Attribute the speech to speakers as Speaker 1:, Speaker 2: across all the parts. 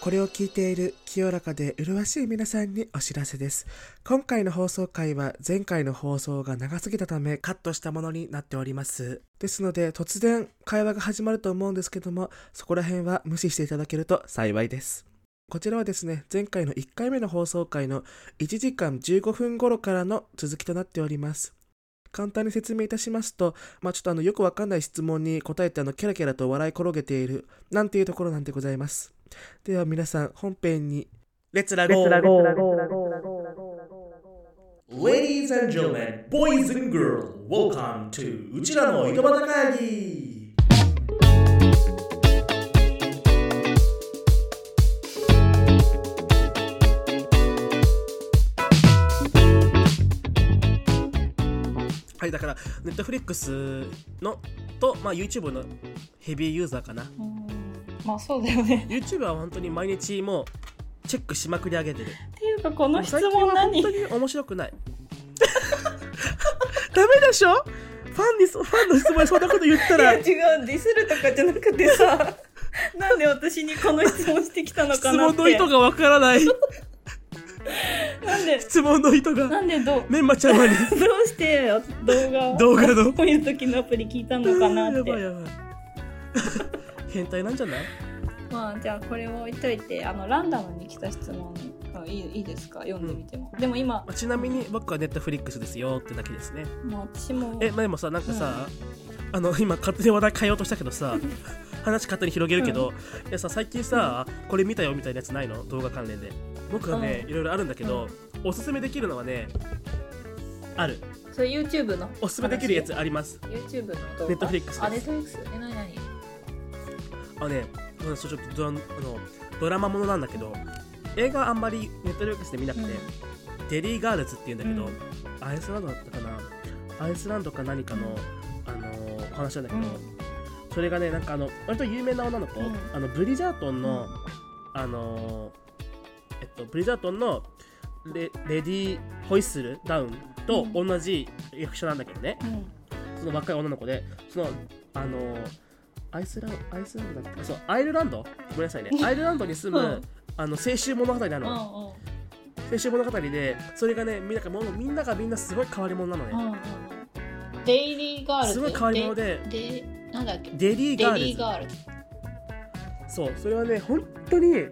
Speaker 1: これを聞いている清らかで麗しい皆さんにお知らせです。今回の放送回は前回の放送が長すぎたためカットしたものになっております。ですので突然会話が始まると思うんですけども、そこら辺は無視していただけると幸いです。こちらはですね、前回の1回目の放送回の1時間15分頃からの続きとなっております。簡単に説明いたしますと、まあ、ちょっとあのよくわかんない質問に答えてあのキャラキャラと笑い転げているなんていうところなんでございます。では皆さん本編にレッツラゴー
Speaker 2: Ladies and gentlemen, boys and girls, welcome to うちらの井戸端会議
Speaker 1: はい、だから、ネットフリックスのと、まあ、YouTube のヘビーユーザーかな。
Speaker 3: まあ、そうだよね。
Speaker 1: YouTube は本当に毎日もうチェックしまくり上げてる。
Speaker 3: っていうか、この質問何
Speaker 1: 本当に面白くない。 ダメでしょファンに、ファンの質問にそんなこと言ったら。
Speaker 3: 違う、ディスるとかじゃなくてさ、 なんで私にこの質問してきたのかな
Speaker 1: 質問の意図がわからない。
Speaker 3: なんで
Speaker 1: 質問の人が
Speaker 3: なんでど
Speaker 1: メンマちゃんまに
Speaker 3: どうして動画
Speaker 1: 動画の
Speaker 3: こういう時のアプリ聞いたのかな って
Speaker 1: 変態なんじゃない
Speaker 3: まあじゃあこれを置いといてあのランダムに来た質問いいいいですか読んでみても、うん、でも今、
Speaker 1: まあ、ちなみに僕はネットフリックスですよってだけですね
Speaker 3: まあ私も
Speaker 1: え、まあ、でもさなんかさ、うん、あの今勝手に話題変えようとしたけどさ話勝手に広げるけど、うん、いやさ最近さ、これ見たよみたいなやつないの動画関連で僕はね、うん、いろいろあるんだけど、うん、おすすめできるのはねある
Speaker 3: それ YouTube の
Speaker 1: おすすめできるやつあります
Speaker 3: YouTube の
Speaker 1: ネットフリックス
Speaker 3: あネットフリックスえ何何
Speaker 1: あねちょっとドあのドラマものなんだけど映画あんまりネットフリックスで見なくて、うん、デリーガールズっていうんだけど、アイスランドだったかなアイスランドか何かの、あのー、話なんだけど、それがねなんかあの割と有名な女の子、あのブリジャートンの、あのーえっと、ブリザートンのレレディー・ホイッスルダウンと同じ役者なんだけどね、うん、その若い女の子でそのあのアイスランドアイスランドだっけそうアイルランドごめんなさい ねアイルランドに住む、うん、あの青春物語なの、うんうん、青春物語でそれがねみんながもうみんながみんなすごい変わり者なのね、
Speaker 3: うんうん、デイリーガールズ
Speaker 1: すごい変わり者で
Speaker 3: でなんだっけ
Speaker 1: デリーガールズそうそれはね本当に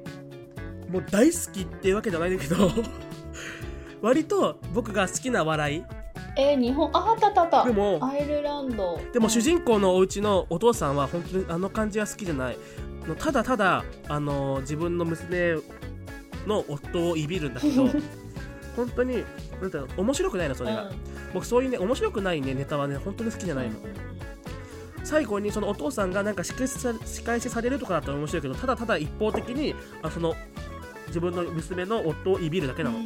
Speaker 1: もう大好きっていうわけじゃないんだけど 割と僕が好きな笑い
Speaker 3: えー、日本あたたた
Speaker 1: でも
Speaker 3: アイルランド
Speaker 1: でも主人公のお家のお父さんは本当にあの感じは好きじゃないのただただあの自分の娘の夫をいびるんだけ ど本当になんだ面白くないのそれが、うん、僕そういうね面白くないねネタはね本当に好きじゃないの、最後にそのお父さんがなんか仕返し仕返しされるとかだったら面白いけどただただ一方的にあその自分の娘の夫をいびるだけなの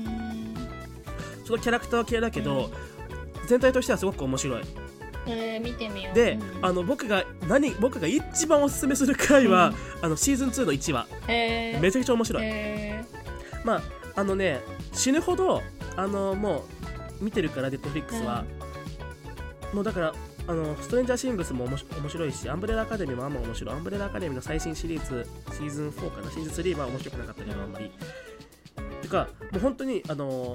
Speaker 1: そのキャラクターは嫌いだけど、うん、全体としてはすごく面白い
Speaker 3: えー、見てみよう
Speaker 1: で、うん、あの僕が何僕が一番おすすめする回は、うん、あのシーズン2の1話、
Speaker 3: えー、
Speaker 1: めちゃくちゃ面白い、えー、まああのね死ぬほどあのもう見てるからデッドフリックスは、もうだからあのストレンジャーシングスも面白いし、アンブレラアカデミーもあんま面白い。アンブレラアカデミーの最新シリーズ、シーズン4かな、シーズン3は面白くなかったけど、あんまり。てか、もう本当に、あの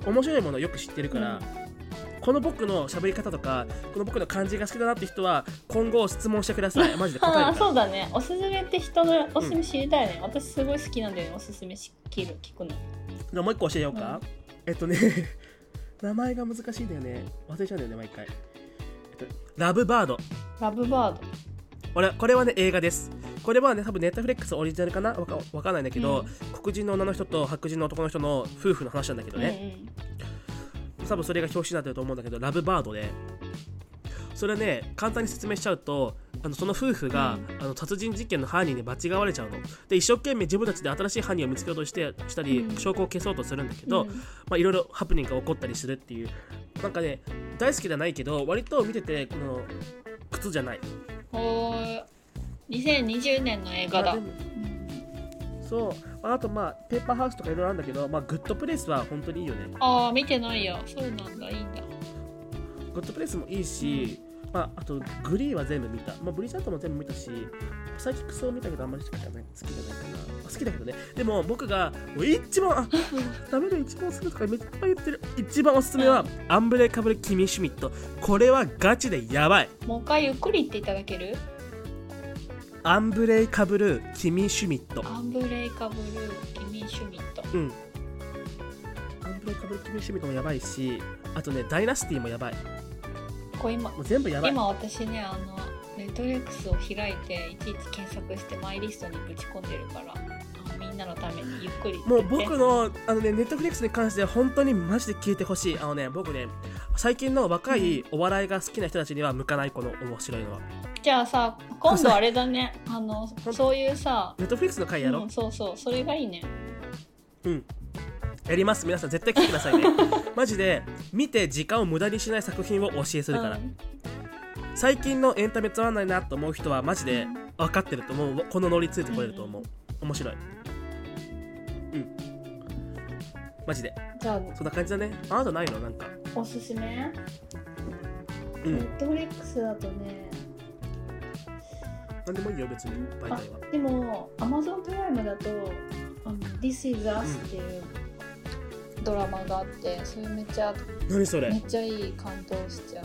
Speaker 1: ー、面白いものよく知ってるから、うん、この僕の喋り方とか、この僕の感じが好きだなって人は、今後質問してください。マジで答える
Speaker 3: から。そうだね。おすすめって人のおすすめ知りたいね。うん、私すごい好きなんだよね。おすすめし聞る聞くの。
Speaker 1: じゃもう一個教えようか。うん、えっとね 名前が難しいんだよね。忘れちゃうんだよね、毎回。ラブバード。
Speaker 3: ラブバード。
Speaker 1: 俺、これはね、映画です。これはね、多分ネットフレックスオリジナルかなわかわかんないんだけど、うん、黒人の女の人と白人の男の人の夫婦の話なんだけどね。うんうん、多分それが表紙になってると思うんだけど、ラブバードで。それね、簡単に説明しちゃうと、あのその夫婦が、うん、あの殺人事件の犯人に間違われちゃうの。で、一生懸命自分たちで新しい犯人を見つけようとしてしたり、うん、証拠を消そうとするんだけど、うん、まあ、いろいろハプニングが起こったりするっていう、なんかね、大好きじゃないけど、割と見てて、この、靴じゃない。
Speaker 3: ほー、2020年の映画だ。
Speaker 1: そうあとまあペーパーハウスとかいろいろあるんだけど、まあ、グッドプレイスは本当にいいよね
Speaker 3: ああ見てないよそうなんだいいんだ
Speaker 1: グッドプレイスもいいし、まあ、あとグリーは全部見た、まあ、ブリジャートも全部見たしサイキックスを見たけどあんまり好きじゃない好きじゃないかなまあ好きだけどねでも僕がもう一番あダメだ一番おすすめとかめっちゃ言ってる一番おすすめは、
Speaker 3: うん
Speaker 1: アンブレカブレキミシュミットこれはガチでやばい
Speaker 3: もう一回ゆっくり言っていただける
Speaker 1: アンブレカブルキミシュミット
Speaker 3: アンブレイカブルーキミシュミット
Speaker 1: うんアンブレカブレキミシュミットもやばいしあとねダイナスティもやばい
Speaker 3: こう今
Speaker 1: もう全部やばい
Speaker 3: 今私ねあのネットレックスを開いていちいち検索してマイリストにぶち込んでるからあみんなのためにゆっくり
Speaker 1: もう
Speaker 3: 言って
Speaker 1: 僕のあのねネットフリックスに関しては本当にマジで聞いてほしいあのね僕ね最近の若いお笑いが好きな人たちには向かないこの面白いのは
Speaker 3: じゃあさ今度あれだね あのそういうさ
Speaker 1: ネットフリックスの回やろ
Speaker 3: うん、そうそうそれがいいね
Speaker 1: ううんやります皆さん絶対聞いてください ねマジで見て時間を無駄にしない作品を教えするから、
Speaker 3: うん
Speaker 1: 最近のエンタメつまんないなと思う人はマジで分かってると思うこのノリついてこれると思う面白いうんマジで
Speaker 3: じゃあ
Speaker 1: そんな感じだねあなたないのなんか
Speaker 3: おすすめ
Speaker 1: う
Speaker 3: ネ
Speaker 1: ん
Speaker 3: ットフリックスだとね
Speaker 1: なんでもいいよ別に媒体
Speaker 3: あ
Speaker 1: は
Speaker 3: でも Amazon プライムだと「あの This is Us」っていうドラマがあってそれめっちゃ
Speaker 1: 何そ
Speaker 3: め
Speaker 1: れ
Speaker 3: っちゃいい感動しちゃう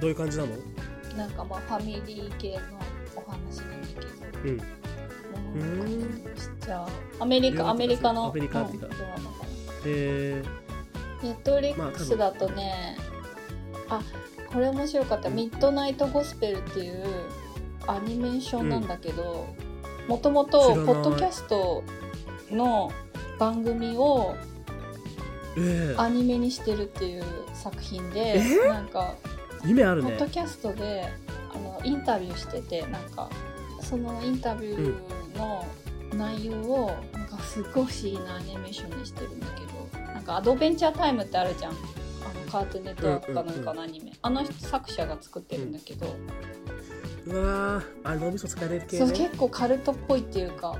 Speaker 1: どういう感じなの
Speaker 3: なんかまあファミリー系のお話なんだけ
Speaker 1: うん
Speaker 3: ど
Speaker 1: う
Speaker 3: もう
Speaker 1: ーん
Speaker 3: 感動しちゃうアメリカアメリカの
Speaker 1: アメリカって
Speaker 3: う
Speaker 1: い
Speaker 3: ん
Speaker 1: う
Speaker 3: ド
Speaker 1: か
Speaker 3: ラマかな
Speaker 1: え
Speaker 3: ネットリックスだとね、あこれ面白かった「ミッドナイト・ゴスペル」っていうアニメーションなんだけどもとも
Speaker 1: 知
Speaker 3: と
Speaker 1: らない
Speaker 3: ポッドキャストの番組を
Speaker 1: ー、えー、
Speaker 3: アニメにしてるっていう作品で、
Speaker 1: え
Speaker 3: なんか
Speaker 1: 夢ある
Speaker 3: ポッ
Speaker 1: ね
Speaker 3: ドキャストであのインタビューしててなんかそのインタビューの内容をなんかすごい不思議なアニメーションにしてるんだけどなんか「アドベンチャータイム」ってあるじゃんあのカートゥーンネットワークかなんかのアニメ、あの作者が作ってるんだけど、
Speaker 1: うわーあ脳みそ疲れる系
Speaker 3: そう
Speaker 1: ね
Speaker 3: 結構カルトっぽいっていうか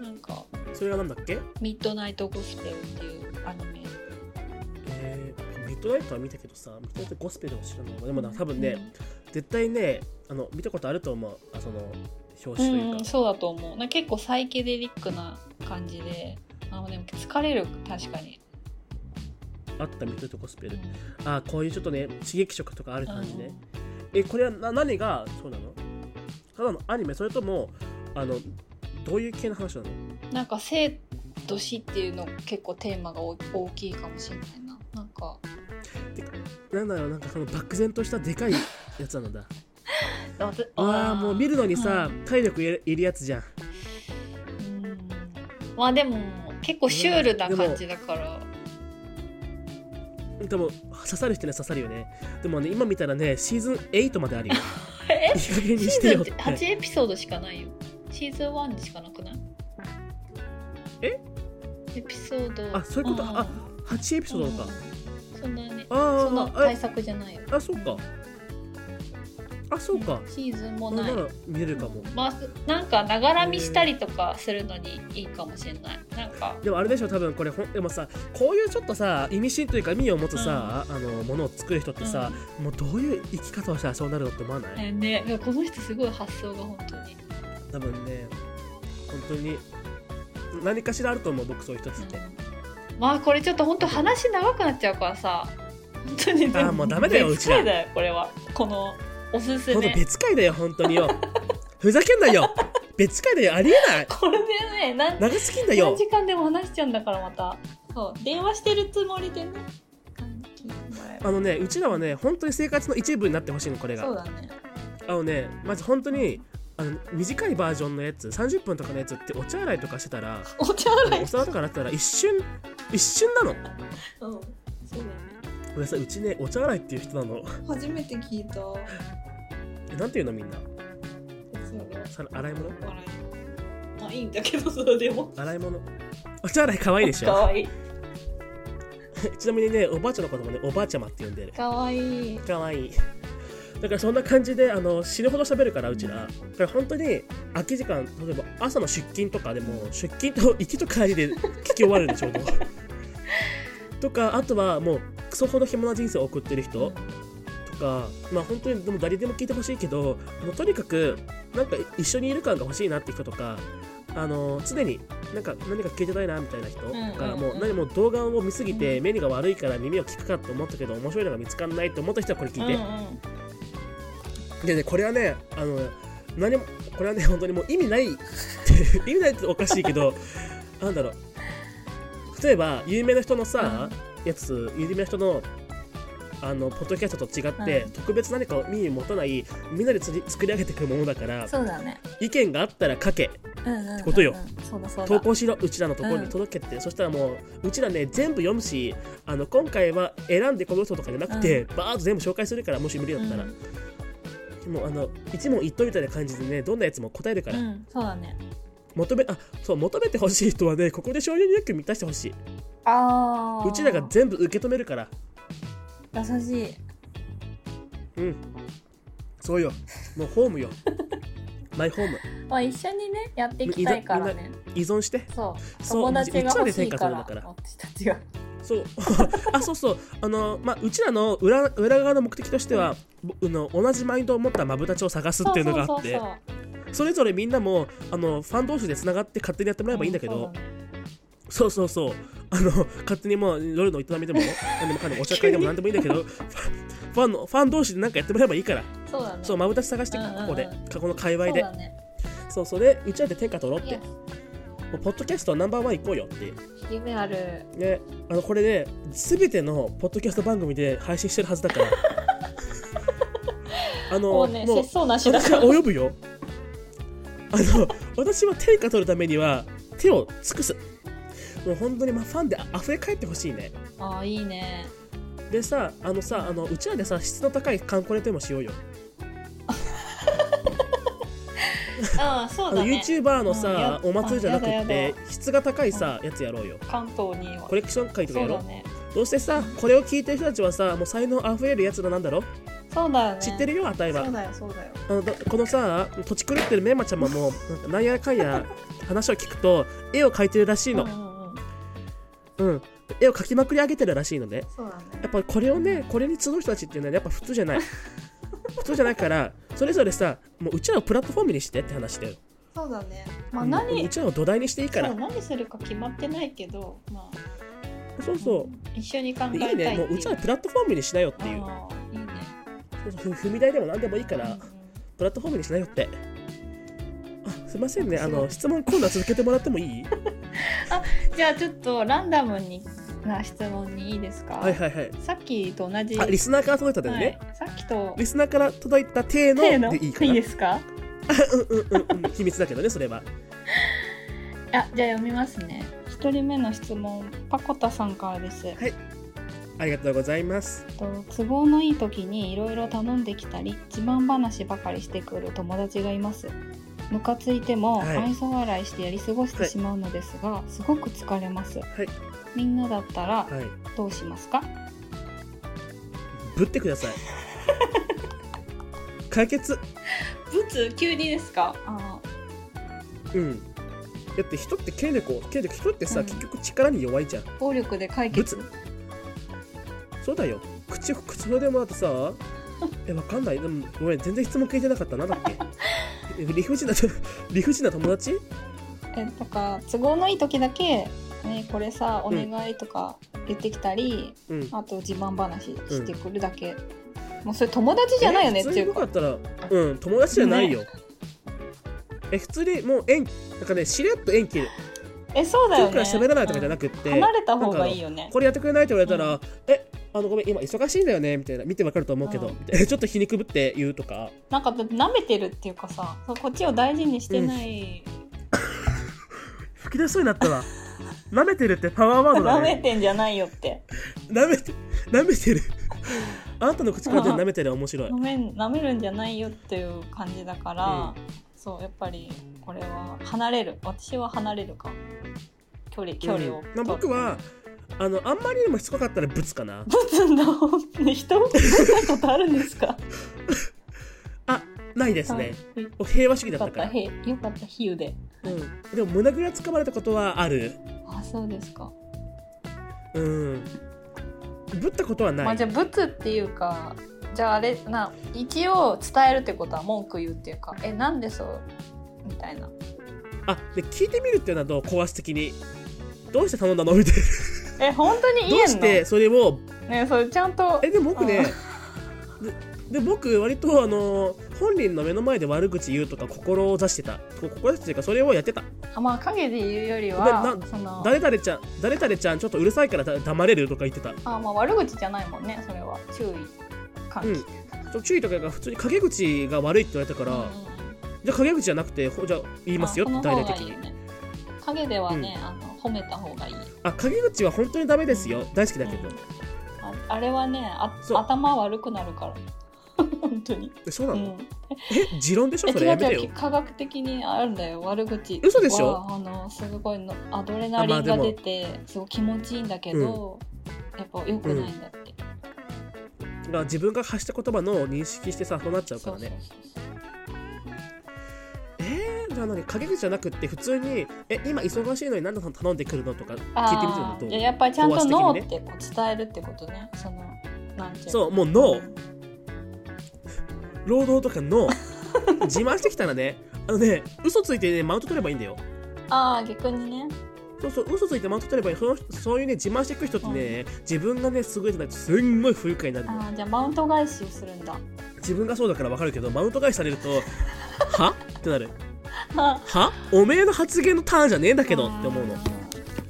Speaker 3: なんか
Speaker 1: それはなんだっけ
Speaker 3: 「ミッドナイト・ゴスペル」っていうアニメ
Speaker 1: えー、ミッドナイトは見たけどさミッドナイトゴスペルを知らないわでもな多分ね、絶対ねあの見たことあると思うあその表
Speaker 3: う
Speaker 1: 紙と
Speaker 3: ん、
Speaker 1: いううんか、
Speaker 3: そうだと思うなんか結構サイケデリックな感じであでも疲れる確かに、
Speaker 1: あったミッドナイトゴスペ
Speaker 3: う
Speaker 1: ル
Speaker 3: ん
Speaker 1: あーこういうちょっとね刺激色とかある感じね、えこれはな何がそうなのただのアニメそれともあのどういう系の話なの
Speaker 3: うんなんか生と死っていうの結構テーマが大大きいかもしれないななんか
Speaker 1: なんだろうなんかその漠然としたで かいやつなんだ
Speaker 3: あ
Speaker 1: ああもう見るのにさ、
Speaker 3: う
Speaker 1: 体力いるいるやつじゃん
Speaker 3: うんまあでも結構シュールな感じだから、
Speaker 1: でも刺さる人には刺さるよねでもね今見たらねシーズン8まであるよ
Speaker 3: え
Speaker 1: いい加減に
Speaker 3: シ
Speaker 1: し
Speaker 3: ー
Speaker 1: て
Speaker 3: ズ
Speaker 1: よ
Speaker 3: ン
Speaker 1: っ
Speaker 3: って
Speaker 1: て
Speaker 3: 8エピソードしかないよシーズン1しかなくない
Speaker 1: え
Speaker 3: エピソード
Speaker 1: あそういうこと
Speaker 3: ん
Speaker 1: あ8エピソードか
Speaker 3: うんそんなねそんな
Speaker 1: ああ
Speaker 3: 対策じゃないよ
Speaker 1: あそうかあそうか
Speaker 3: んシーズンも
Speaker 1: これ
Speaker 3: ない
Speaker 1: なら見れるかも
Speaker 3: まあなんかながら見したりとかするのにいいかもしれないなんか
Speaker 1: でもあれでしょ多分これほんでもさこういうちょっとさ意味深というか意味を持つさ、あのものを作る人ってさ、もうどういう生き方をしたらそうなるのって思わない、
Speaker 3: ねねこの人すごい発想が本当に
Speaker 1: 多分ね本当に何かしらあると思う僕そういう人たちって、
Speaker 3: まあこれちょっと本当話長くなっちゃうからさ本当に
Speaker 1: あーもうダメだよ
Speaker 3: 別
Speaker 1: うちら
Speaker 3: 回だよこれはこのおすす
Speaker 1: 今
Speaker 3: め
Speaker 1: 度別会だよ本当に よふざけんなよ別会だよありえない
Speaker 3: これでね何
Speaker 1: 長すぎんだ
Speaker 3: 何
Speaker 1: よ
Speaker 3: 時間でも話しちゃうんだからまたそう電話してるつもりでね聞いてもらえ ば
Speaker 1: あのねうちらはね本当に生活の一部になってほしいのこれ
Speaker 3: そう
Speaker 1: が
Speaker 3: だね
Speaker 1: あのねまず本当にあの短いバージョンのやつ30分とかのやつってお茶洗いとかしてたら
Speaker 3: お茶
Speaker 1: あの
Speaker 3: 洗い
Speaker 1: お皿とかなってたら一瞬一瞬なの
Speaker 3: うんそうだよね
Speaker 1: 俺さうちねお茶洗いっていう人なの
Speaker 3: 初めて聞いたそ
Speaker 1: えなんていうのみんな
Speaker 3: うだよ
Speaker 1: さ洗い物
Speaker 3: 笑いまあいいんだけどそれでも
Speaker 1: 洗い物お茶洗い可愛いでし
Speaker 3: か
Speaker 1: ょ
Speaker 3: わいい
Speaker 1: ちなみにねおばあちゃんのこともねおばあちゃまって呼んでる
Speaker 3: かわいい
Speaker 1: かわいいだからそんな感じであの死ぬほど喋るからうちらだから本当に空き時間例えば朝の出勤とかでも出勤と行きと帰りで聞き終わるでし ょうどとかあとはもうクソほど暇な人生を送ってる人とかまあ本当にでも誰でも聞いてほしいけどもうとにかくなんか一緒にいる感が欲しいなって人とかあの常になんか何か聞いてないなみたいな人
Speaker 3: んうんうん
Speaker 1: とかもう何も動画を見すぎて目が悪いから耳を聞くかと思ったけど面白いのが見つかんないと思った人はこれ聞いて、
Speaker 3: う
Speaker 1: でねこれはねあの何もこれはね本当にもう意味ない 意味ないっておかしいけど なんだろう例えば有名な人のさ、やつ有名な人のあのポッドキャストと違って、
Speaker 3: うん
Speaker 1: 特別何かを意味持たないみんなでつり作り上げていくものだから
Speaker 3: ん、そうだね。
Speaker 1: 意見があったら書け
Speaker 3: うんうんうんうん、って
Speaker 1: ことよ。
Speaker 3: そうだそうだ。
Speaker 1: 投稿しろうちらのところ
Speaker 3: うん
Speaker 1: に届けって、そしたらもううちらね全部読むしあの今回は選んでこの人とかじゃなくて、バーッと全部紹介するからもし無理だったら、もうあの一問一答みたいな感じでねどんなやつも答えるか
Speaker 3: う
Speaker 1: ら、
Speaker 3: ん、うん、そうだね。
Speaker 1: 求めあそう求めてほしい人はねここで承認欲求満たしてほしい
Speaker 3: ああ。
Speaker 1: うちらが全部受け止めるから
Speaker 3: 優しい。
Speaker 1: うんそうよもうホーム よマイホーム
Speaker 3: まあ一緒にねやっていきたいからね。
Speaker 1: 依存して
Speaker 3: そう。
Speaker 1: そう
Speaker 3: 友達が欲
Speaker 1: う
Speaker 3: しいから。
Speaker 1: ちらで生活するんだから
Speaker 3: 私たちが。
Speaker 1: そう あそうそうあのまあうちらの裏裏側の目的としては、ぼあの同じマインドを持ったマブダチを探すっていうのがあってそ
Speaker 3: そうそうそう
Speaker 1: れぞれみんなもあのファン同士でつながって勝手にやってもらえばいいんだけど、
Speaker 3: うそうだね
Speaker 1: そうそうそう。あの、勝手にもう夜の営みで も、何でもかんでもお茶会でも何でもいいんだけど、ファンファンの、ファン同士で何かやってもらえばいいから。
Speaker 3: そうだね。
Speaker 1: そう、まぶたし探して、こ
Speaker 3: うんうんうん
Speaker 1: こで、過去の界
Speaker 3: そ
Speaker 1: 隈
Speaker 3: う
Speaker 1: で。
Speaker 3: だね。
Speaker 1: そう、それ、うちらで天下取ろうっ
Speaker 3: い
Speaker 1: て。
Speaker 3: や
Speaker 1: もうポッドキャストナンバーワン行こうよって。
Speaker 3: 夢ある。
Speaker 1: ね、あの、これね、すべてのポッドキャスト番組で配信してるはずだ から。あの、
Speaker 3: もうね、
Speaker 1: もう
Speaker 3: 節、操な しだ
Speaker 1: 私
Speaker 3: か
Speaker 1: は
Speaker 3: ら。
Speaker 1: 及ぶよ。あの、私は天下取るためには、手を尽くす。もう本当にまあファンで溢れ返ってほしいね。
Speaker 3: ああいいね。
Speaker 1: でさあのさあのうちらでさ質の高いカンコレでもしようよ、
Speaker 3: ああそ
Speaker 1: あ
Speaker 3: う
Speaker 1: の
Speaker 3: だね。
Speaker 1: YouTuber のさ、
Speaker 3: うん
Speaker 1: お祭りじゃなく
Speaker 3: あや
Speaker 1: っ
Speaker 3: だや
Speaker 1: て質が高いさ、やつやろうよ
Speaker 3: 関東には
Speaker 1: コ。レクション会とか
Speaker 3: そ
Speaker 1: や
Speaker 3: う
Speaker 1: ろ
Speaker 3: だ
Speaker 1: う
Speaker 3: ね。
Speaker 1: どうせさこれを聞いてる人たちはさもう才能あふれるやつらなんだろ、
Speaker 3: そうだよね。
Speaker 1: 知ってるよあたいは
Speaker 3: そうだよそうだよ。
Speaker 1: あのどこのさ土地狂ってるメンマちゃまもなんかなんやかんや話を聞くと絵を描いてるらしいの
Speaker 3: うんうんうん。
Speaker 1: うん絵を描きまくり上げてるらしいのね
Speaker 3: そうだね。
Speaker 1: やっぱこれをねこれに集う人たちっていうのはやっぱ普通じゃない 普通じゃないからそれぞれさもううちらをプラットフォームにしてって話だよ
Speaker 3: そうだね。まあ
Speaker 1: うん
Speaker 3: 何、
Speaker 1: うちらの土台にしていいから
Speaker 3: そう何するか決まってないけど、まあ
Speaker 1: そうそう
Speaker 3: 一緒に考え
Speaker 1: い
Speaker 3: たい
Speaker 1: いねもううちらのプラットフォームにしなよっていう
Speaker 3: ああいいね。
Speaker 1: そうそうふ踏み台でも何でもいいから、
Speaker 3: うん
Speaker 1: プラットフォームにしなよってあすいませんねあ
Speaker 3: そう
Speaker 1: の質問コーナー続けてもらっても いい
Speaker 3: じゃあちょっとランダムにな質問にいいですか。
Speaker 1: はいはいはい
Speaker 3: さっきと同じ。
Speaker 1: あリスナーから届いたんだよね、
Speaker 3: はい、さっきと。
Speaker 1: リスナーから届いた体の
Speaker 3: せーの
Speaker 1: でいいかな
Speaker 3: ですか。
Speaker 1: うんうんうん秘密だけどねそれは
Speaker 3: あ、じゃあ読みますね。一人目の質問、パコタさんからです。
Speaker 1: ありがとうございます
Speaker 3: えっと都合のいい時にいろいろ頼んできたり自慢話ばかりしてくる友達がいますムカついても
Speaker 1: はい
Speaker 3: 愛想笑いしてやり過ごしてしまうのですが、すごく疲れます、
Speaker 1: い
Speaker 3: みんなだったら
Speaker 1: はい
Speaker 3: どうしますか、
Speaker 1: ぶってくだ さい解決
Speaker 3: ぶつ急にですかあ
Speaker 1: うんだって人って権力を権力人ってさ、
Speaker 3: うん
Speaker 1: 結局力に弱いじゃん
Speaker 3: 暴力で解
Speaker 1: ぶ
Speaker 3: 決
Speaker 1: つそうだよ口口それでもだって さえわかんないでもごめん全然質問聞いてなかったなんだっけ え理不尽な理不尽な友達
Speaker 3: えとか都合のいい時だけ、ね、これさお願いとか言ってきたり、
Speaker 1: うん
Speaker 3: あと自慢話してくるだけ、もうそれ友達じゃないよね
Speaker 1: え
Speaker 3: って
Speaker 1: 普通
Speaker 3: い
Speaker 1: に
Speaker 3: う
Speaker 1: よ
Speaker 3: か
Speaker 1: かったらうん友達じゃないよ、え普通にもう縁なんかねしれっと縁切る
Speaker 3: えそうだよ
Speaker 1: 僕
Speaker 3: ね
Speaker 1: ら喋らないとかじゃな
Speaker 3: く
Speaker 1: くって、
Speaker 3: 離れた方がいいよね
Speaker 1: これやってくれないって言われたら、
Speaker 3: う
Speaker 1: えあのごめん今忙しいんだよねみたいな見てわかると思うけど、
Speaker 3: うん
Speaker 1: みたいなちょっと皮肉ぶって言うとか
Speaker 3: なんかだって舐めてるっていうかさそうこっちを大事にしてない、
Speaker 1: 吹き出しそうになったわ舐めてるってパワーワードだ
Speaker 3: 舐め
Speaker 1: ね
Speaker 3: てんじゃないよって
Speaker 1: 舐めて舐め てるあんたの口から出る舐めてるは面白い
Speaker 3: 舐めん舐めるんじゃないよっていう感じだから、そうやっぱりこれは離れる私は離れるか距離距離を、
Speaker 1: うんまあ、僕はあのあんまりにもしつこかったらブツかな
Speaker 3: ぶつんだ本当に 人をぶつったことあるんですか
Speaker 1: あないですね
Speaker 3: はいよ
Speaker 1: 僕平和主義だ
Speaker 3: か
Speaker 1: っ
Speaker 3: った
Speaker 1: か
Speaker 3: た
Speaker 1: ら
Speaker 3: へよかった比喩で
Speaker 1: うん、でも胸ぐらつかまれたことはある
Speaker 3: あそうですか、
Speaker 1: うんぶったことはない、
Speaker 3: まあじゃあぶつっていうかじゃああれな一応伝えるってことは文句言うっていうかえなんでそうみたいな
Speaker 1: あで聞いてみるっていうのはどう高圧的にどうして頼んだのみたい
Speaker 3: え本当に
Speaker 1: な
Speaker 3: 言
Speaker 1: どう
Speaker 3: え
Speaker 1: ん
Speaker 3: の
Speaker 1: してそれを
Speaker 3: ねそれちゃんと
Speaker 1: えでも僕ねでで僕割とあの本人の目の前で悪口言うとか心を出してたこ心出してるかそれをやってた
Speaker 3: あまあ影で言うより
Speaker 1: な
Speaker 3: は
Speaker 1: な
Speaker 3: その
Speaker 1: 誰々ちゃん誰々ちゃんちょっとうるさいからだ黙れるとか言ってた
Speaker 3: あまあ悪口じゃないもんねそれは注意喚起、
Speaker 1: うんちょ注意とかが普通に陰口が悪いって言われたから、
Speaker 3: うんうん
Speaker 1: じゃあ陰口じゃなくてほじゃあ言いますよ
Speaker 3: あ
Speaker 1: 大
Speaker 3: その
Speaker 1: 々
Speaker 3: 方が
Speaker 1: 的
Speaker 3: いい
Speaker 1: に
Speaker 3: よね影ではね、あの褒めた方がいい
Speaker 1: あ陰口は本当にダメですよ大好きだけど、
Speaker 3: ああれはねあ
Speaker 1: そう
Speaker 3: 頭悪くなるから 本当に、
Speaker 1: えそうな
Speaker 3: う
Speaker 1: の、
Speaker 3: ん、
Speaker 1: え持論でしょ
Speaker 3: え
Speaker 1: それ
Speaker 3: 違
Speaker 1: や
Speaker 3: う
Speaker 1: めて
Speaker 3: 違う
Speaker 1: よ
Speaker 3: 科学的にあるんだよ悪口
Speaker 1: 嘘でしょ
Speaker 3: はあのすごいのアドレナリ
Speaker 1: あ
Speaker 3: ン
Speaker 1: まあで
Speaker 3: が
Speaker 1: も
Speaker 3: 出て、すごい気持ちいいんだけど、やっぱ良くないんだって、
Speaker 1: が自分が発した言葉の認識してさそうなっちゃうか
Speaker 3: そう
Speaker 1: ら
Speaker 3: そう
Speaker 1: ね
Speaker 3: そう
Speaker 1: えーじゃあ何陰口じゃなくって普通にえ今忙しいのに何で頼んでくるのとか聞いてみてる
Speaker 3: あ
Speaker 1: の
Speaker 3: あ
Speaker 1: と
Speaker 3: いややっぱりちゃんとノ
Speaker 1: 高
Speaker 3: ー
Speaker 1: 圧
Speaker 3: ってこう伝えるってことねそのなんていうの
Speaker 1: そうもうノー労働とか の自慢してきたらねあのね嘘ついてねマウント取ればいいんだよ
Speaker 3: ああ逆にね
Speaker 1: そうそう嘘ついてマウント取ればいいそのそういうね自慢してく人ってね、自分がね優れてないとすんごい不愉快になるの
Speaker 3: ああじゃあマウント返しをするんだ
Speaker 1: 自分がそうだからわかるけどマウント返しされる とはってなるはおめえの発言のターンじゃねえんだけどって思うの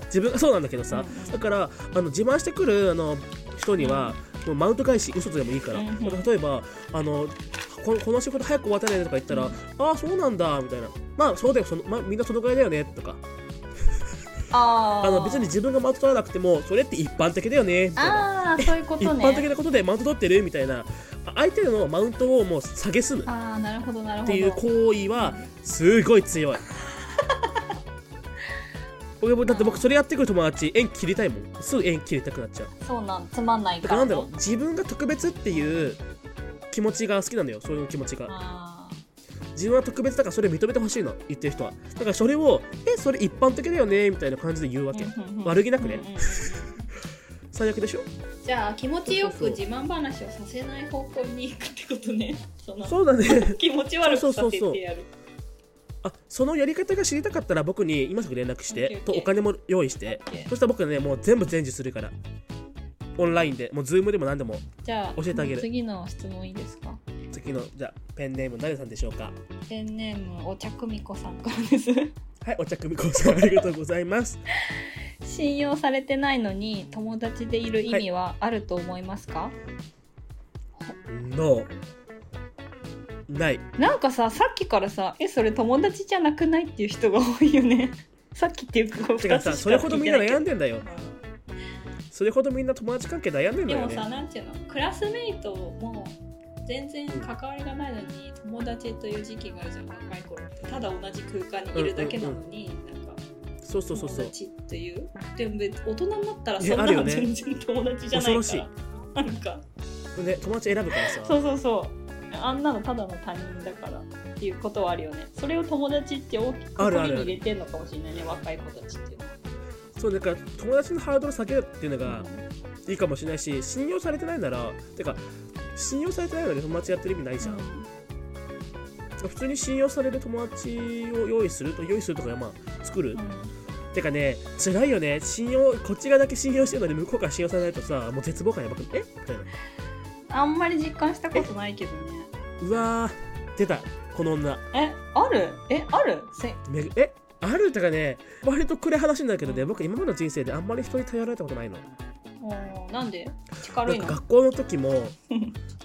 Speaker 1: 自分がそうなんだけどさ、
Speaker 3: うん
Speaker 1: だからあの自慢してくるあの人には、もうマウント返し嘘でもいいから、
Speaker 3: うんうん
Speaker 1: だから例えばあのここの仕事早く終わったねとか言ったら、
Speaker 3: うん
Speaker 1: ああそうなんだみたいなまあそうだよその、まあ、みんなそのぐらいだよねとか
Speaker 3: あ
Speaker 1: あ
Speaker 3: あ
Speaker 1: の別に自分がマウント取らなくてもそれって一般的だよねみたいな
Speaker 3: ああそういうことね
Speaker 1: 一般的なことでマウント取ってるみたいなあ相手のマウントをもう下げすむっ
Speaker 3: ああなるほどなるほど
Speaker 1: ていう行為はすごい強い俺もだって僕それやってくる友達縁切りたいもんすぐ縁切りたくなっちゃう
Speaker 3: そうなんつまんない
Speaker 1: だ
Speaker 3: か
Speaker 1: から
Speaker 3: ら
Speaker 1: なんだろう自分が特別っていう気持ちが好きなんだよそういう気持ちが
Speaker 3: あ
Speaker 1: 自分は特別だからそれ認めてほしいの言ってる人はだからそれをえそれ一般的だよねみたいな感じで言うわけ
Speaker 3: ーうんうんうん
Speaker 1: 悪気なくね
Speaker 3: うんうんうん
Speaker 1: 最悪でしょ
Speaker 3: じゃあ気持ち
Speaker 1: そ
Speaker 3: よ
Speaker 1: う
Speaker 3: く
Speaker 1: そうそ
Speaker 3: 自慢話をさせない方向に行くってことね その
Speaker 1: そうだね
Speaker 3: 気持ち悪
Speaker 1: そう
Speaker 3: く
Speaker 1: そう
Speaker 3: さ
Speaker 1: そう
Speaker 3: せ
Speaker 1: そう
Speaker 3: てやる
Speaker 1: あそのやり方が知りたかったら僕に今すぐ連絡し
Speaker 3: オッケ
Speaker 1: て
Speaker 3: ーオッケ
Speaker 1: と
Speaker 3: ー
Speaker 1: お金も用意して
Speaker 3: オッケー
Speaker 1: そしたら僕はねもう全部伝授するからオンラインでもうズームでも何でも
Speaker 3: じゃあ
Speaker 1: 教えてあげる
Speaker 3: 次の質問いいですか
Speaker 1: 次のじゃあペンネーム誰さんでしょうか
Speaker 3: ペンネームお茶久美子さんからです
Speaker 1: はいお茶組子さんありがとうございます
Speaker 3: 信用されてないのに友達でいる意味はあると思いますか、
Speaker 1: No ない
Speaker 3: なんかささっきからさえそれ友達じゃなくないっていう人が多いよね さっきっていうか
Speaker 1: てかさ
Speaker 3: 二つし
Speaker 1: それほど
Speaker 3: 聞い
Speaker 1: みん
Speaker 3: て
Speaker 1: ない
Speaker 3: け
Speaker 1: 悩んでんだよそれほどみんな友達関係悩んでん
Speaker 3: で
Speaker 1: だよ
Speaker 3: も
Speaker 1: ね
Speaker 3: さなんていうのクラスメイトも全然関わりがないのに友達という時期があるじゃん若い頃ただ同じ空間にいるだけなのに、なんか
Speaker 1: そうそうそう
Speaker 3: 友
Speaker 1: そう
Speaker 3: 達っていうでも別大人になったら
Speaker 1: ね
Speaker 3: そんな
Speaker 1: あるよ
Speaker 3: の
Speaker 1: ね
Speaker 3: 全然友達じゃないから、
Speaker 1: 恐
Speaker 3: なんか
Speaker 1: で友達選ぶからさ
Speaker 3: そうそうそうあんなのただの他人だからっていうことはあるよねそれを友達って大きく
Speaker 1: あ
Speaker 3: 取
Speaker 1: るあ
Speaker 3: り
Speaker 1: る
Speaker 3: に入れてんのかもしれないね若い子たちっていうのは
Speaker 1: そうだから友達のハードル下げるっていうのがいいかもしれないし信用されてないならてか信用されてないのに友達やってる意味ないじゃん、普通に信用される友達を用意すると用意するとかまあ作る、てかね辛いよね信用こっち側だけ信用してるのに向こうから信用されないとさもう絶望感やばくないえみたいな
Speaker 3: あんまり実感したことないけどね
Speaker 1: うわー出たこの女
Speaker 3: えあるえあるせ
Speaker 1: めぐえあるとかね割と暗い話になるけどね僕今までの人生であんまり人に頼られたことないの
Speaker 3: おーなんで口軽い
Speaker 1: なん
Speaker 3: の
Speaker 1: か学校の時 もい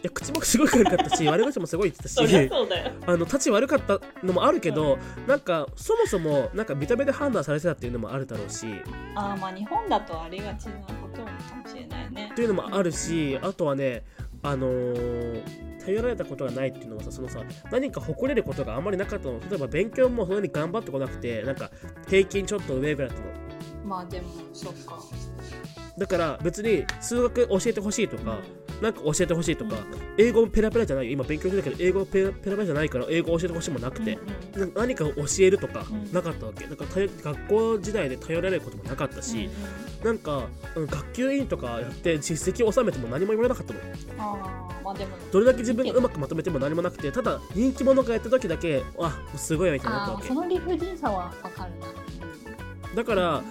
Speaker 1: や口もすごい悪かったし悪口もすごい言ってた
Speaker 3: そりゃ
Speaker 1: し
Speaker 3: そうだよ
Speaker 1: あの立ち悪かったのもあるけど、なんかそもそもなんか見た目で判断されてたっていうのもあるだろうしっ
Speaker 3: あーまあ日本だとありがちなことかもしれないね
Speaker 1: ていうのもあるしあとはねあのー頼られたことがないっていうのはさそのさ何か誇れることがあんまりなかったの例えば勉強もそんなに頑張ってこなくてなんか平均ちょっと上ぐらいだったの
Speaker 3: まあでもそっか
Speaker 1: だから別に数学教えてほしいとか、なんか教えてほしいとか、英語ペラペラじゃないよ今勉強してたけど英語ペラペラじゃないから英語教えてほしいもなくて、なんか何かを教えるとか
Speaker 3: うん
Speaker 1: なかったわけ、なんか頼学校時代で頼られることもなかったし、なんかうん学級委員とかやって実績を収めても何も言われなかったの
Speaker 3: ああまあでも
Speaker 1: どれだけ自分がうまくまとめても何もなくてただ人気者がやった時だけあすごいみたいになった
Speaker 3: あ
Speaker 1: わ
Speaker 3: ー
Speaker 1: け
Speaker 3: その理不尽さはわかるな、
Speaker 1: だから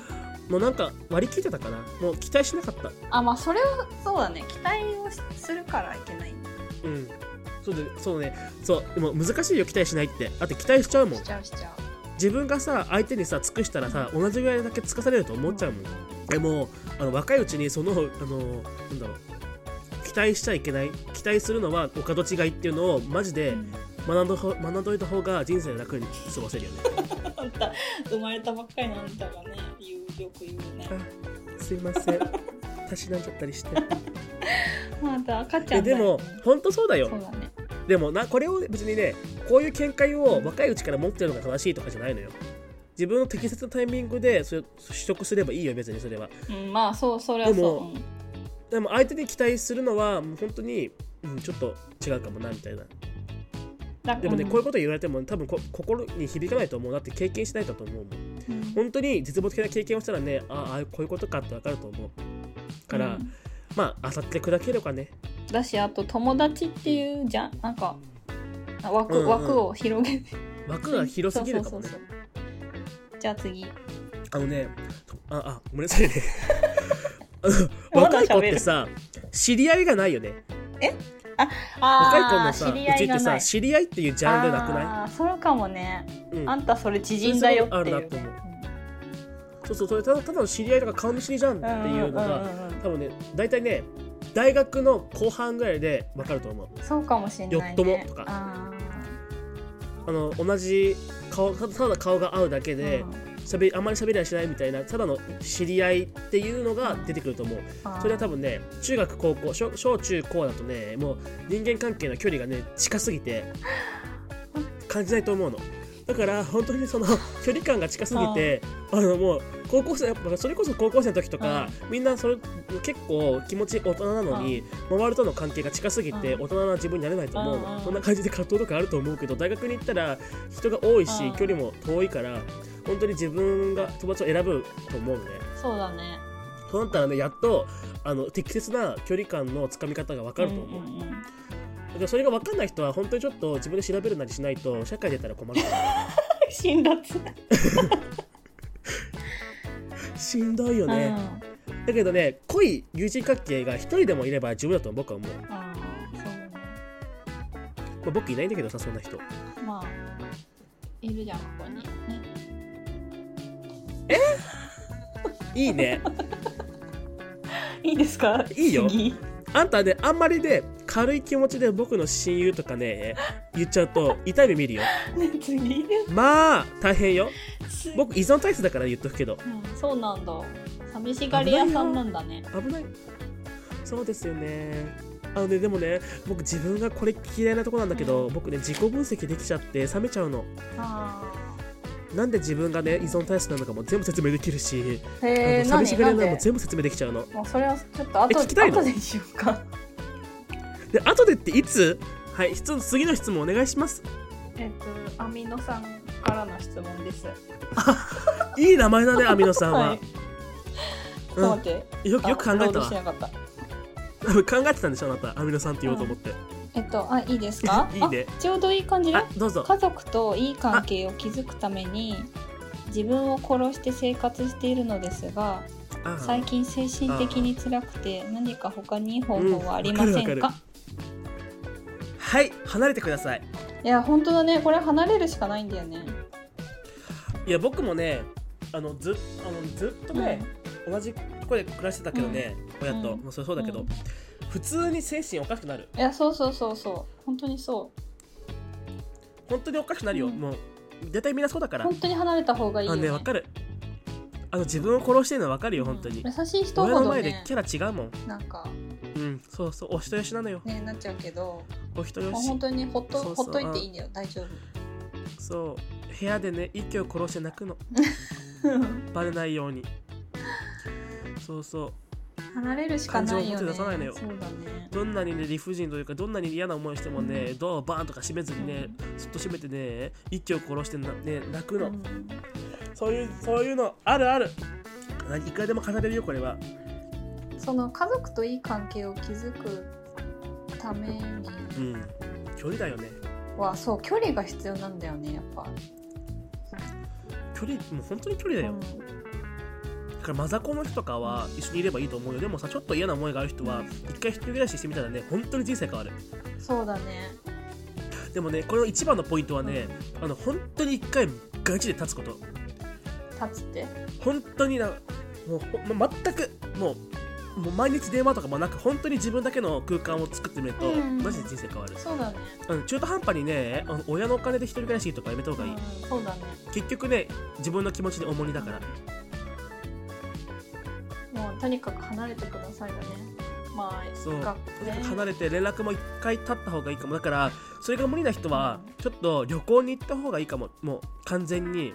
Speaker 1: もうなんか割り切ってたかなもう期待しなかった
Speaker 3: あまあそれはそうだね期待をしするからいけない
Speaker 1: うんそうでそうねそうでも難しいよ期待しないってだって期待しちゃうもん
Speaker 3: しちゃうしちゃう
Speaker 1: 自分がさ相手にさ尽くしたらさ同じぐらいだけ尽かされると思っちゃうもんでもあの若いうちにそのあのなんだろう期待しちゃいけない期待するのはお門違いっていうのをマジで学んどほ学んどいた方が人生楽に過ごせるよね
Speaker 3: あんた生まれたばっかりのあんたがね言うよく言うね
Speaker 1: すいませんたしなんじゃったり して
Speaker 3: あんた赤ちゃん
Speaker 1: え
Speaker 3: だ
Speaker 1: で
Speaker 3: よ
Speaker 1: も本当そうだよ
Speaker 3: そうだね
Speaker 1: でもなこれを別にねこういう見解を若いうちから持ってるのが正しいとかじゃないのよ自分の適切なタイミングでそれ取得すればいいよ別にそれは
Speaker 3: うんまあそうそれは
Speaker 1: で
Speaker 3: そう
Speaker 1: もでも相手に期待するのはもう本当に、うん、ちょっと違うかもなみたいなでもね、こういう
Speaker 3: こ
Speaker 1: こと言われても多分こ心に響かないと思うなって経験しないだと思うもん本当に絶望的な経験をしたらねあああこういうことかって分かると思うから、まああさって砕ければね
Speaker 3: だしあと友達っていうじゃんなんか枠,、
Speaker 1: うんうん
Speaker 3: 枠を広げて
Speaker 1: 枠が広すぎるかもね
Speaker 3: そうそうそうそうじゃあ次
Speaker 1: あのねああごめんなさいねあの
Speaker 3: まだ
Speaker 1: 若
Speaker 3: 喋る
Speaker 1: い子ってさ知り合いがないよね若い子
Speaker 3: あ
Speaker 1: の
Speaker 3: あ
Speaker 1: さ
Speaker 3: 知
Speaker 1: う
Speaker 3: り合
Speaker 1: ち
Speaker 3: い
Speaker 1: って
Speaker 3: がな
Speaker 1: さ
Speaker 3: い
Speaker 1: 知り合いっていうジャンルなくない
Speaker 3: あーそうかもね、
Speaker 1: うん
Speaker 3: あんたそれ知人だよってい
Speaker 1: そうれすごいあるなそうそうそれただただの知り合いとか顔見知りじゃんっていうの
Speaker 3: うんう
Speaker 1: が
Speaker 3: んうんうん
Speaker 1: 多分ね大体ね大学の後半ぐらいで分かると思う
Speaker 3: そうかもしれない、ね、
Speaker 1: よっともとか
Speaker 3: あ
Speaker 1: あの同じ顔たただ顔が合うだけ
Speaker 3: ー
Speaker 1: で
Speaker 3: うん
Speaker 1: しゃべあんまり喋りはしないみたいなただの知り合いっていうのが出てくると思う
Speaker 3: あー
Speaker 1: それは多分ね中学高校小小中高だとねもう人間関係の距離がね近すぎて感じないと思うのだから本当にその距離感が近すぎてあのもう高校生やっぱそれこそ高校生の時とか、みんなそれ結構気持ち大人なのに、周りとの関係が近すぎて
Speaker 3: うん
Speaker 1: 大人な自分になれないと思う
Speaker 3: うんう
Speaker 1: の
Speaker 3: ん
Speaker 1: そんな感じで葛藤とかあると思うけど大学に行ったら人が多いし
Speaker 3: うん
Speaker 1: 距離も遠いから本当に自分が友達を選ぶと思うのね
Speaker 3: そうだね
Speaker 1: そうなったらねやっとあの適切な距離感のつかみ方が分かると思う、
Speaker 3: んんん
Speaker 1: だからそれが分かんない人は本当にちょっと自分で調べるなりしないと社会出たら困るから
Speaker 3: 辛辣
Speaker 1: しんどいよね、だけどね濃い友人関係が一人でもいれば十分だと僕は思う、ま
Speaker 3: うんあーそうだね
Speaker 1: あ、僕いないんだけどさそんな人
Speaker 3: まあいるじゃんここにね
Speaker 1: いい ね
Speaker 3: いいですか
Speaker 1: いいよ
Speaker 3: 次
Speaker 1: あんたねあんまりね軽い気持ちで僕の親友とかね言っちゃうと痛い目見るよ
Speaker 3: ね 次
Speaker 1: まあ大変よ
Speaker 3: す
Speaker 1: 僕依存体質だから言っとくけど
Speaker 3: うんそうなんだ寂しがり屋さんなんだね
Speaker 1: 危ないそうですよねあのねでもね僕自分がこれ嫌いなとこなんだけど、
Speaker 3: うん
Speaker 1: 僕ね自己分析できちゃって冷めちゃうの
Speaker 3: あ
Speaker 1: なんで自分がね依存体質なのかも全部説明できるし、
Speaker 3: ー
Speaker 1: あの
Speaker 3: へえ
Speaker 1: 寂しがりなのも
Speaker 3: で
Speaker 1: 全部説明できちゃうの
Speaker 3: もうそれはちょっと後
Speaker 1: え聞きたいの
Speaker 3: 後でしようか
Speaker 1: で後でっていつはい質問次の質問お願いします
Speaker 3: えっとアミノさんからの質問です
Speaker 1: いい名前だ ねアミノさんは、
Speaker 3: はいちょっと待って
Speaker 1: うん、よくよく考
Speaker 3: あ
Speaker 1: え
Speaker 3: ロー
Speaker 1: た
Speaker 3: ド
Speaker 1: わ
Speaker 3: してなかった
Speaker 1: 多分考えてたんでしょあなたアミノさんって言おうと思って、
Speaker 3: えっとあいいです か
Speaker 1: いいね
Speaker 3: あちょうどいい感じで
Speaker 1: あどうぞ
Speaker 3: 家族といい関係を築くために自分を殺して生活しているのですが
Speaker 1: あ
Speaker 3: 最近精神的に辛くて何か他にいい方法はありません
Speaker 1: うんわかる
Speaker 3: か
Speaker 1: わ,、はい離れてください
Speaker 3: いや本当だねこれ離れるしかないんだよね
Speaker 1: いや僕もねあのずあのずっとね、同じとこで暮らしてたけどね、親と、
Speaker 3: うん
Speaker 1: まあ、それそうだけど、
Speaker 3: うん
Speaker 1: 普通に精神おかしくなる
Speaker 3: いやそうそうそうそう本当にそう
Speaker 1: 本当におかしくなるよ、
Speaker 3: うん
Speaker 1: もう絶対みんなそうだから、
Speaker 3: 本当に離れた方がいい
Speaker 1: あ
Speaker 3: よ
Speaker 1: の
Speaker 3: ね
Speaker 1: ねわかるあの自分を殺してるのはわかるよ本当に、
Speaker 3: うん優しい人
Speaker 1: 親
Speaker 3: ほ
Speaker 1: の
Speaker 3: ど
Speaker 1: 前で
Speaker 3: ね
Speaker 1: キャラ違うもん
Speaker 3: なんか
Speaker 1: うんそうそうお人よしなのよ
Speaker 3: ねなっちゃうけど、
Speaker 1: お人よ
Speaker 3: まあ、
Speaker 1: し
Speaker 3: 本当にほっと
Speaker 1: そう
Speaker 3: ほ
Speaker 1: そう
Speaker 3: っといていいんだよ大丈
Speaker 1: そう部屋でね息を殺して 泣くの
Speaker 3: 夫
Speaker 1: バレないようにそうそう
Speaker 3: 離れるしかないよ
Speaker 1: 感情を表
Speaker 3: ね
Speaker 1: に出さないのよ
Speaker 3: そうだね
Speaker 1: どんなにね理不尽というかどんなに嫌な思いしてもね、ドアをバーンとか閉めずにねすっと閉めてね息を殺してな、ね、泣くの、
Speaker 3: うん
Speaker 1: そういうそういうのあるある何いくらでも語れるよこれは
Speaker 3: その家族といい関係を築くために
Speaker 1: うん距離だよね
Speaker 3: はそう距離が必要なんだよねやっぱ、
Speaker 1: 距離もう本当に距離だよ、だからマザコンの人とかは一緒にいればいいと思うよでもさちょっと嫌な思いがある人は一回一人暮らししてみたらね本当に人生変わる
Speaker 3: うんそうだね
Speaker 1: でもねこの一番のポイントはね、あの本当に一回ガチで立つこと
Speaker 3: 立つって
Speaker 1: 本当になもうほもう全くもうもう毎日電話とかもなく本当に自分だけの空間を作ってみると、
Speaker 3: うん
Speaker 1: マジで人生変わる
Speaker 3: そうだね
Speaker 1: あの中途半端にねあの親のお金で一人暮らしとかやめた方がいい、
Speaker 3: うん、そうだね
Speaker 1: 結局ね自分の気持ちで重荷だから
Speaker 3: もうとにかく離れてくださいよねまあ
Speaker 1: そう
Speaker 3: 学
Speaker 1: 離れて連絡も一回立った方がいいかもだからそれが無理な人はちょっと旅行に行った方がいいかももう完全に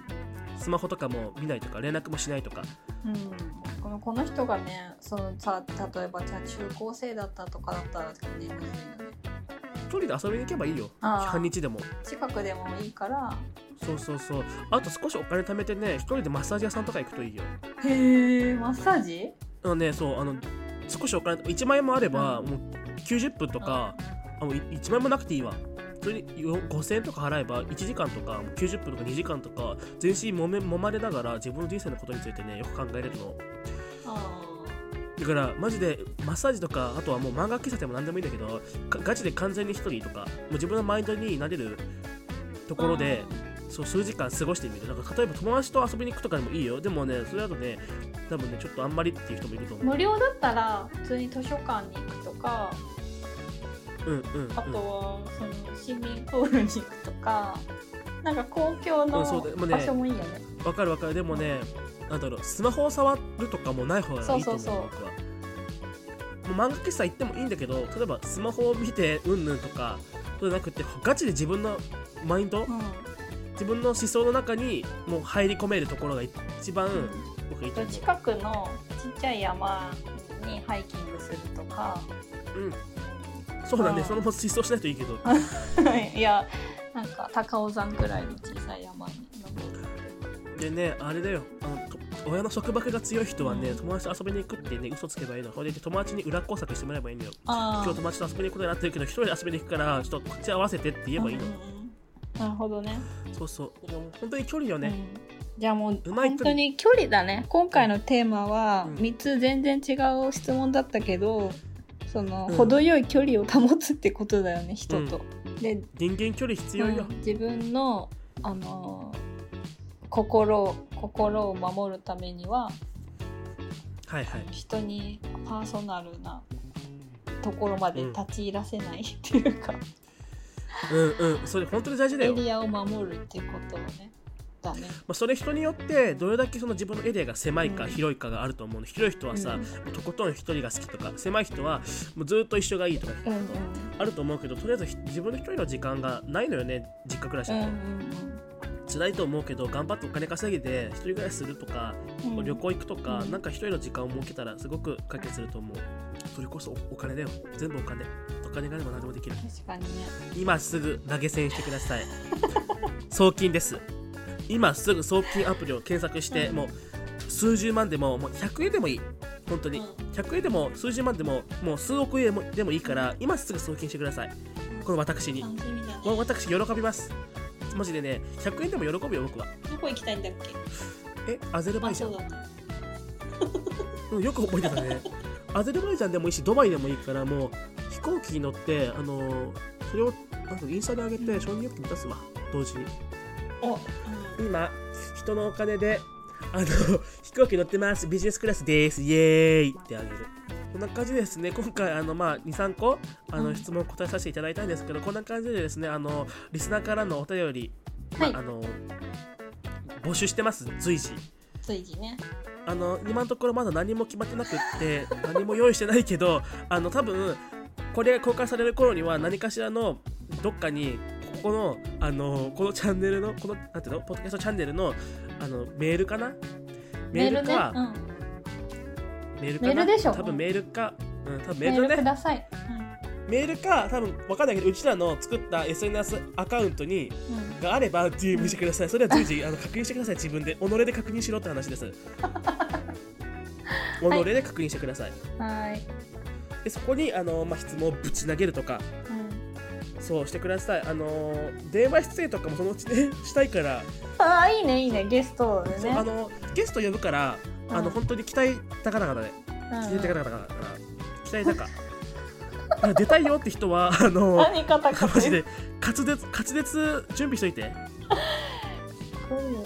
Speaker 1: スマホとかも見ないとか連絡もしないとか
Speaker 3: うん、このこの人がねそのさ例えばじゃあ中高生だったとかだったらねむずいよね
Speaker 1: 距離で遊びに行けばいいよ
Speaker 3: あー
Speaker 1: 半日でも
Speaker 3: 近くでもいいから
Speaker 1: そうそうそうあと少しお金貯めてね一人でマッサージ屋さんとか行くといいよ
Speaker 3: へえマッサージ
Speaker 1: あのねそうあの少しお金1万円もあればもう90分とかあもう1万円もなくていいわそれによ5000円とか払えば1時間とかもう90分とか2時間とか全身もめ揉まれながら自分の人生のことについてねよく考えれるの
Speaker 3: あ
Speaker 1: だからマジでマッサージとかあとはもう漫画喫茶でも何でもいいんだけどかガチで完全に一人とかもう自分のマインドになれるところでそう数時間過ごしてみるなんか例えば友達と遊びに行くとかでもいいよでもねそれだとね多分ねちょっとあんまりっていう人もいると思う
Speaker 3: 無料だったら普通に図書館に行くとか
Speaker 1: うんうん、うん、
Speaker 3: あとはその市民プールに行くとかなんか公共の
Speaker 1: うんそうだでもね
Speaker 3: 場所もいいよね
Speaker 1: わかるわかるでもねなんだろうスマホを触るとかもない方がいいと思う
Speaker 3: そうそうそう
Speaker 1: 僕はもう漫画喫茶行ってもいいんだけど例えばスマホを見てうんぬんとかそうじゃなくてガチで自分のマインド、自分の思想の中にもう入り込めるところが一番
Speaker 3: うん
Speaker 1: 僕はいいと
Speaker 3: うん、
Speaker 1: 思
Speaker 3: 近くのちっちゃい山にハイキングするとか
Speaker 1: う、うん、そうだね
Speaker 3: あー
Speaker 1: そのまま思想しないといいけど
Speaker 3: いやなんか高尾山くらいの小さい山に登る
Speaker 1: でねあれだよあのと親の束縛が強い人はね
Speaker 3: うん
Speaker 1: 友達と遊びに行くってね嘘つけばいいのこれで友達に裏工作してもらえばいいのよ
Speaker 3: あー
Speaker 1: 今日友達と遊びに行くことになってるけど一人で遊びに行くからちょっと口合わせてって言えばいいの、
Speaker 3: うんうんなるほどね
Speaker 1: そうそうもう本当に距離よね、
Speaker 3: うんじゃあもう
Speaker 1: うまい距離
Speaker 3: 本当に距離だね今回のテーマは
Speaker 1: うん
Speaker 3: 3つ全然違う質問だったけどその
Speaker 1: うん
Speaker 3: 程よい距離を保つってことだよね人と。で、
Speaker 1: 人間距離必要よ、
Speaker 3: うん自分のあのー心を心を守るためには
Speaker 1: はいはい
Speaker 3: 人にパーソナルなところまで立ち入らせないっていうか、
Speaker 1: うんうんそれ本当に大事だ
Speaker 3: エ
Speaker 1: よ、ま
Speaker 3: リアを守るっていうことをねだね。
Speaker 1: あ、それ人によってどれだけその自分のエリアが狭いか
Speaker 3: うん
Speaker 1: 広いかがあると思うの広い人はさ、
Speaker 3: うん
Speaker 1: もうとことん一人が好きとか狭い人はもうずっと一緒がいいとか
Speaker 3: うんうん
Speaker 1: あると思うけどとりあえずひ自分の一人の時間がないのよね実家暮らし
Speaker 3: う
Speaker 1: だと、
Speaker 3: んうん
Speaker 1: 辛いと思うけど頑張ってお金稼いで一人暮らしするとか、
Speaker 3: うん
Speaker 1: 旅行行くとか、
Speaker 3: うん
Speaker 1: なんか一人の時間を設けたらすごく解決すると思うそれこそおお金だよ全部お金お金があれば何でもできる
Speaker 3: 確かにね
Speaker 1: 今すぐ投げ銭してください送金です今すぐ送金アプリを検索して、
Speaker 3: うん
Speaker 1: もう数十万でももう100円でもいい本当に、
Speaker 3: う
Speaker 1: 100円でも数十万でももう数億円でもでもいいから今すぐ送金してくださいこの私に
Speaker 3: ん楽しみだね
Speaker 1: もう私喜びますマジでね100円でも喜ぶよ僕は
Speaker 3: どこ行きたいんだっけ
Speaker 1: えアゼルバイ
Speaker 3: あ
Speaker 1: ジャ
Speaker 3: そう
Speaker 1: ン
Speaker 3: だった
Speaker 1: うんよく覚えてたねアゼルバイジャンでもいいしドバイでもいいからもう飛行機に乗ってあのーそれをなんかインスタで上げて承認欲求満たすわ同時に
Speaker 3: お、うん、
Speaker 1: 今人のお金であの飛行機乗ってますビジネスクラスですイエーイってあげるこんな感じでですね今回あのまあ23個あ
Speaker 3: う
Speaker 1: の
Speaker 3: ん
Speaker 1: 質問答えさせていただいたんですけど、こんな感じでですねあのリスナーからのお便り、
Speaker 3: はい
Speaker 1: あの募集してます随時
Speaker 3: 随時ね
Speaker 1: あの今のところまだ何も決まってなくって何も用意してないけどあの多分これが公開される頃には何かしらのどっかにここのあのこのチャンネルのこのなんていうのポッドキャストチャンネルのあのメールかなメールか
Speaker 3: ね
Speaker 1: メールかな
Speaker 3: メールでしょ
Speaker 1: 多分メールか、うん、多分メ
Speaker 3: メ
Speaker 1: ール
Speaker 3: ール
Speaker 1: だ
Speaker 3: く
Speaker 1: ね
Speaker 3: ださい、
Speaker 1: メールか多分わかんないけどうちらの作った SNS アカウントに
Speaker 3: うんうん
Speaker 1: があれば DM してくださいそれは随時あの確認してください自分で己で確認しろって話です己で確認してください、
Speaker 3: はい、
Speaker 1: でそこにあの、まあ、質問をぶち投げるとか
Speaker 3: うん、
Speaker 1: そうしてくださいあの電話出演とかもそのうちね したいから、
Speaker 3: ああいいねいいねゲストで
Speaker 1: そう
Speaker 3: ね
Speaker 1: あのゲスト呼ぶから、あ
Speaker 3: う
Speaker 1: の
Speaker 3: ん
Speaker 1: 本当に期待高々だね
Speaker 3: うん
Speaker 1: 期待高々だから期待高 あの出たいよって人はあの
Speaker 3: 何かた か
Speaker 1: マジで滑舌滑舌準備しといて
Speaker 3: こういう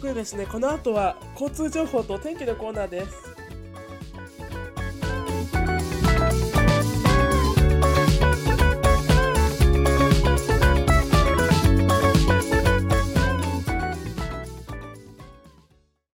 Speaker 1: これですねこの後は交通情報とお天気のコーナーです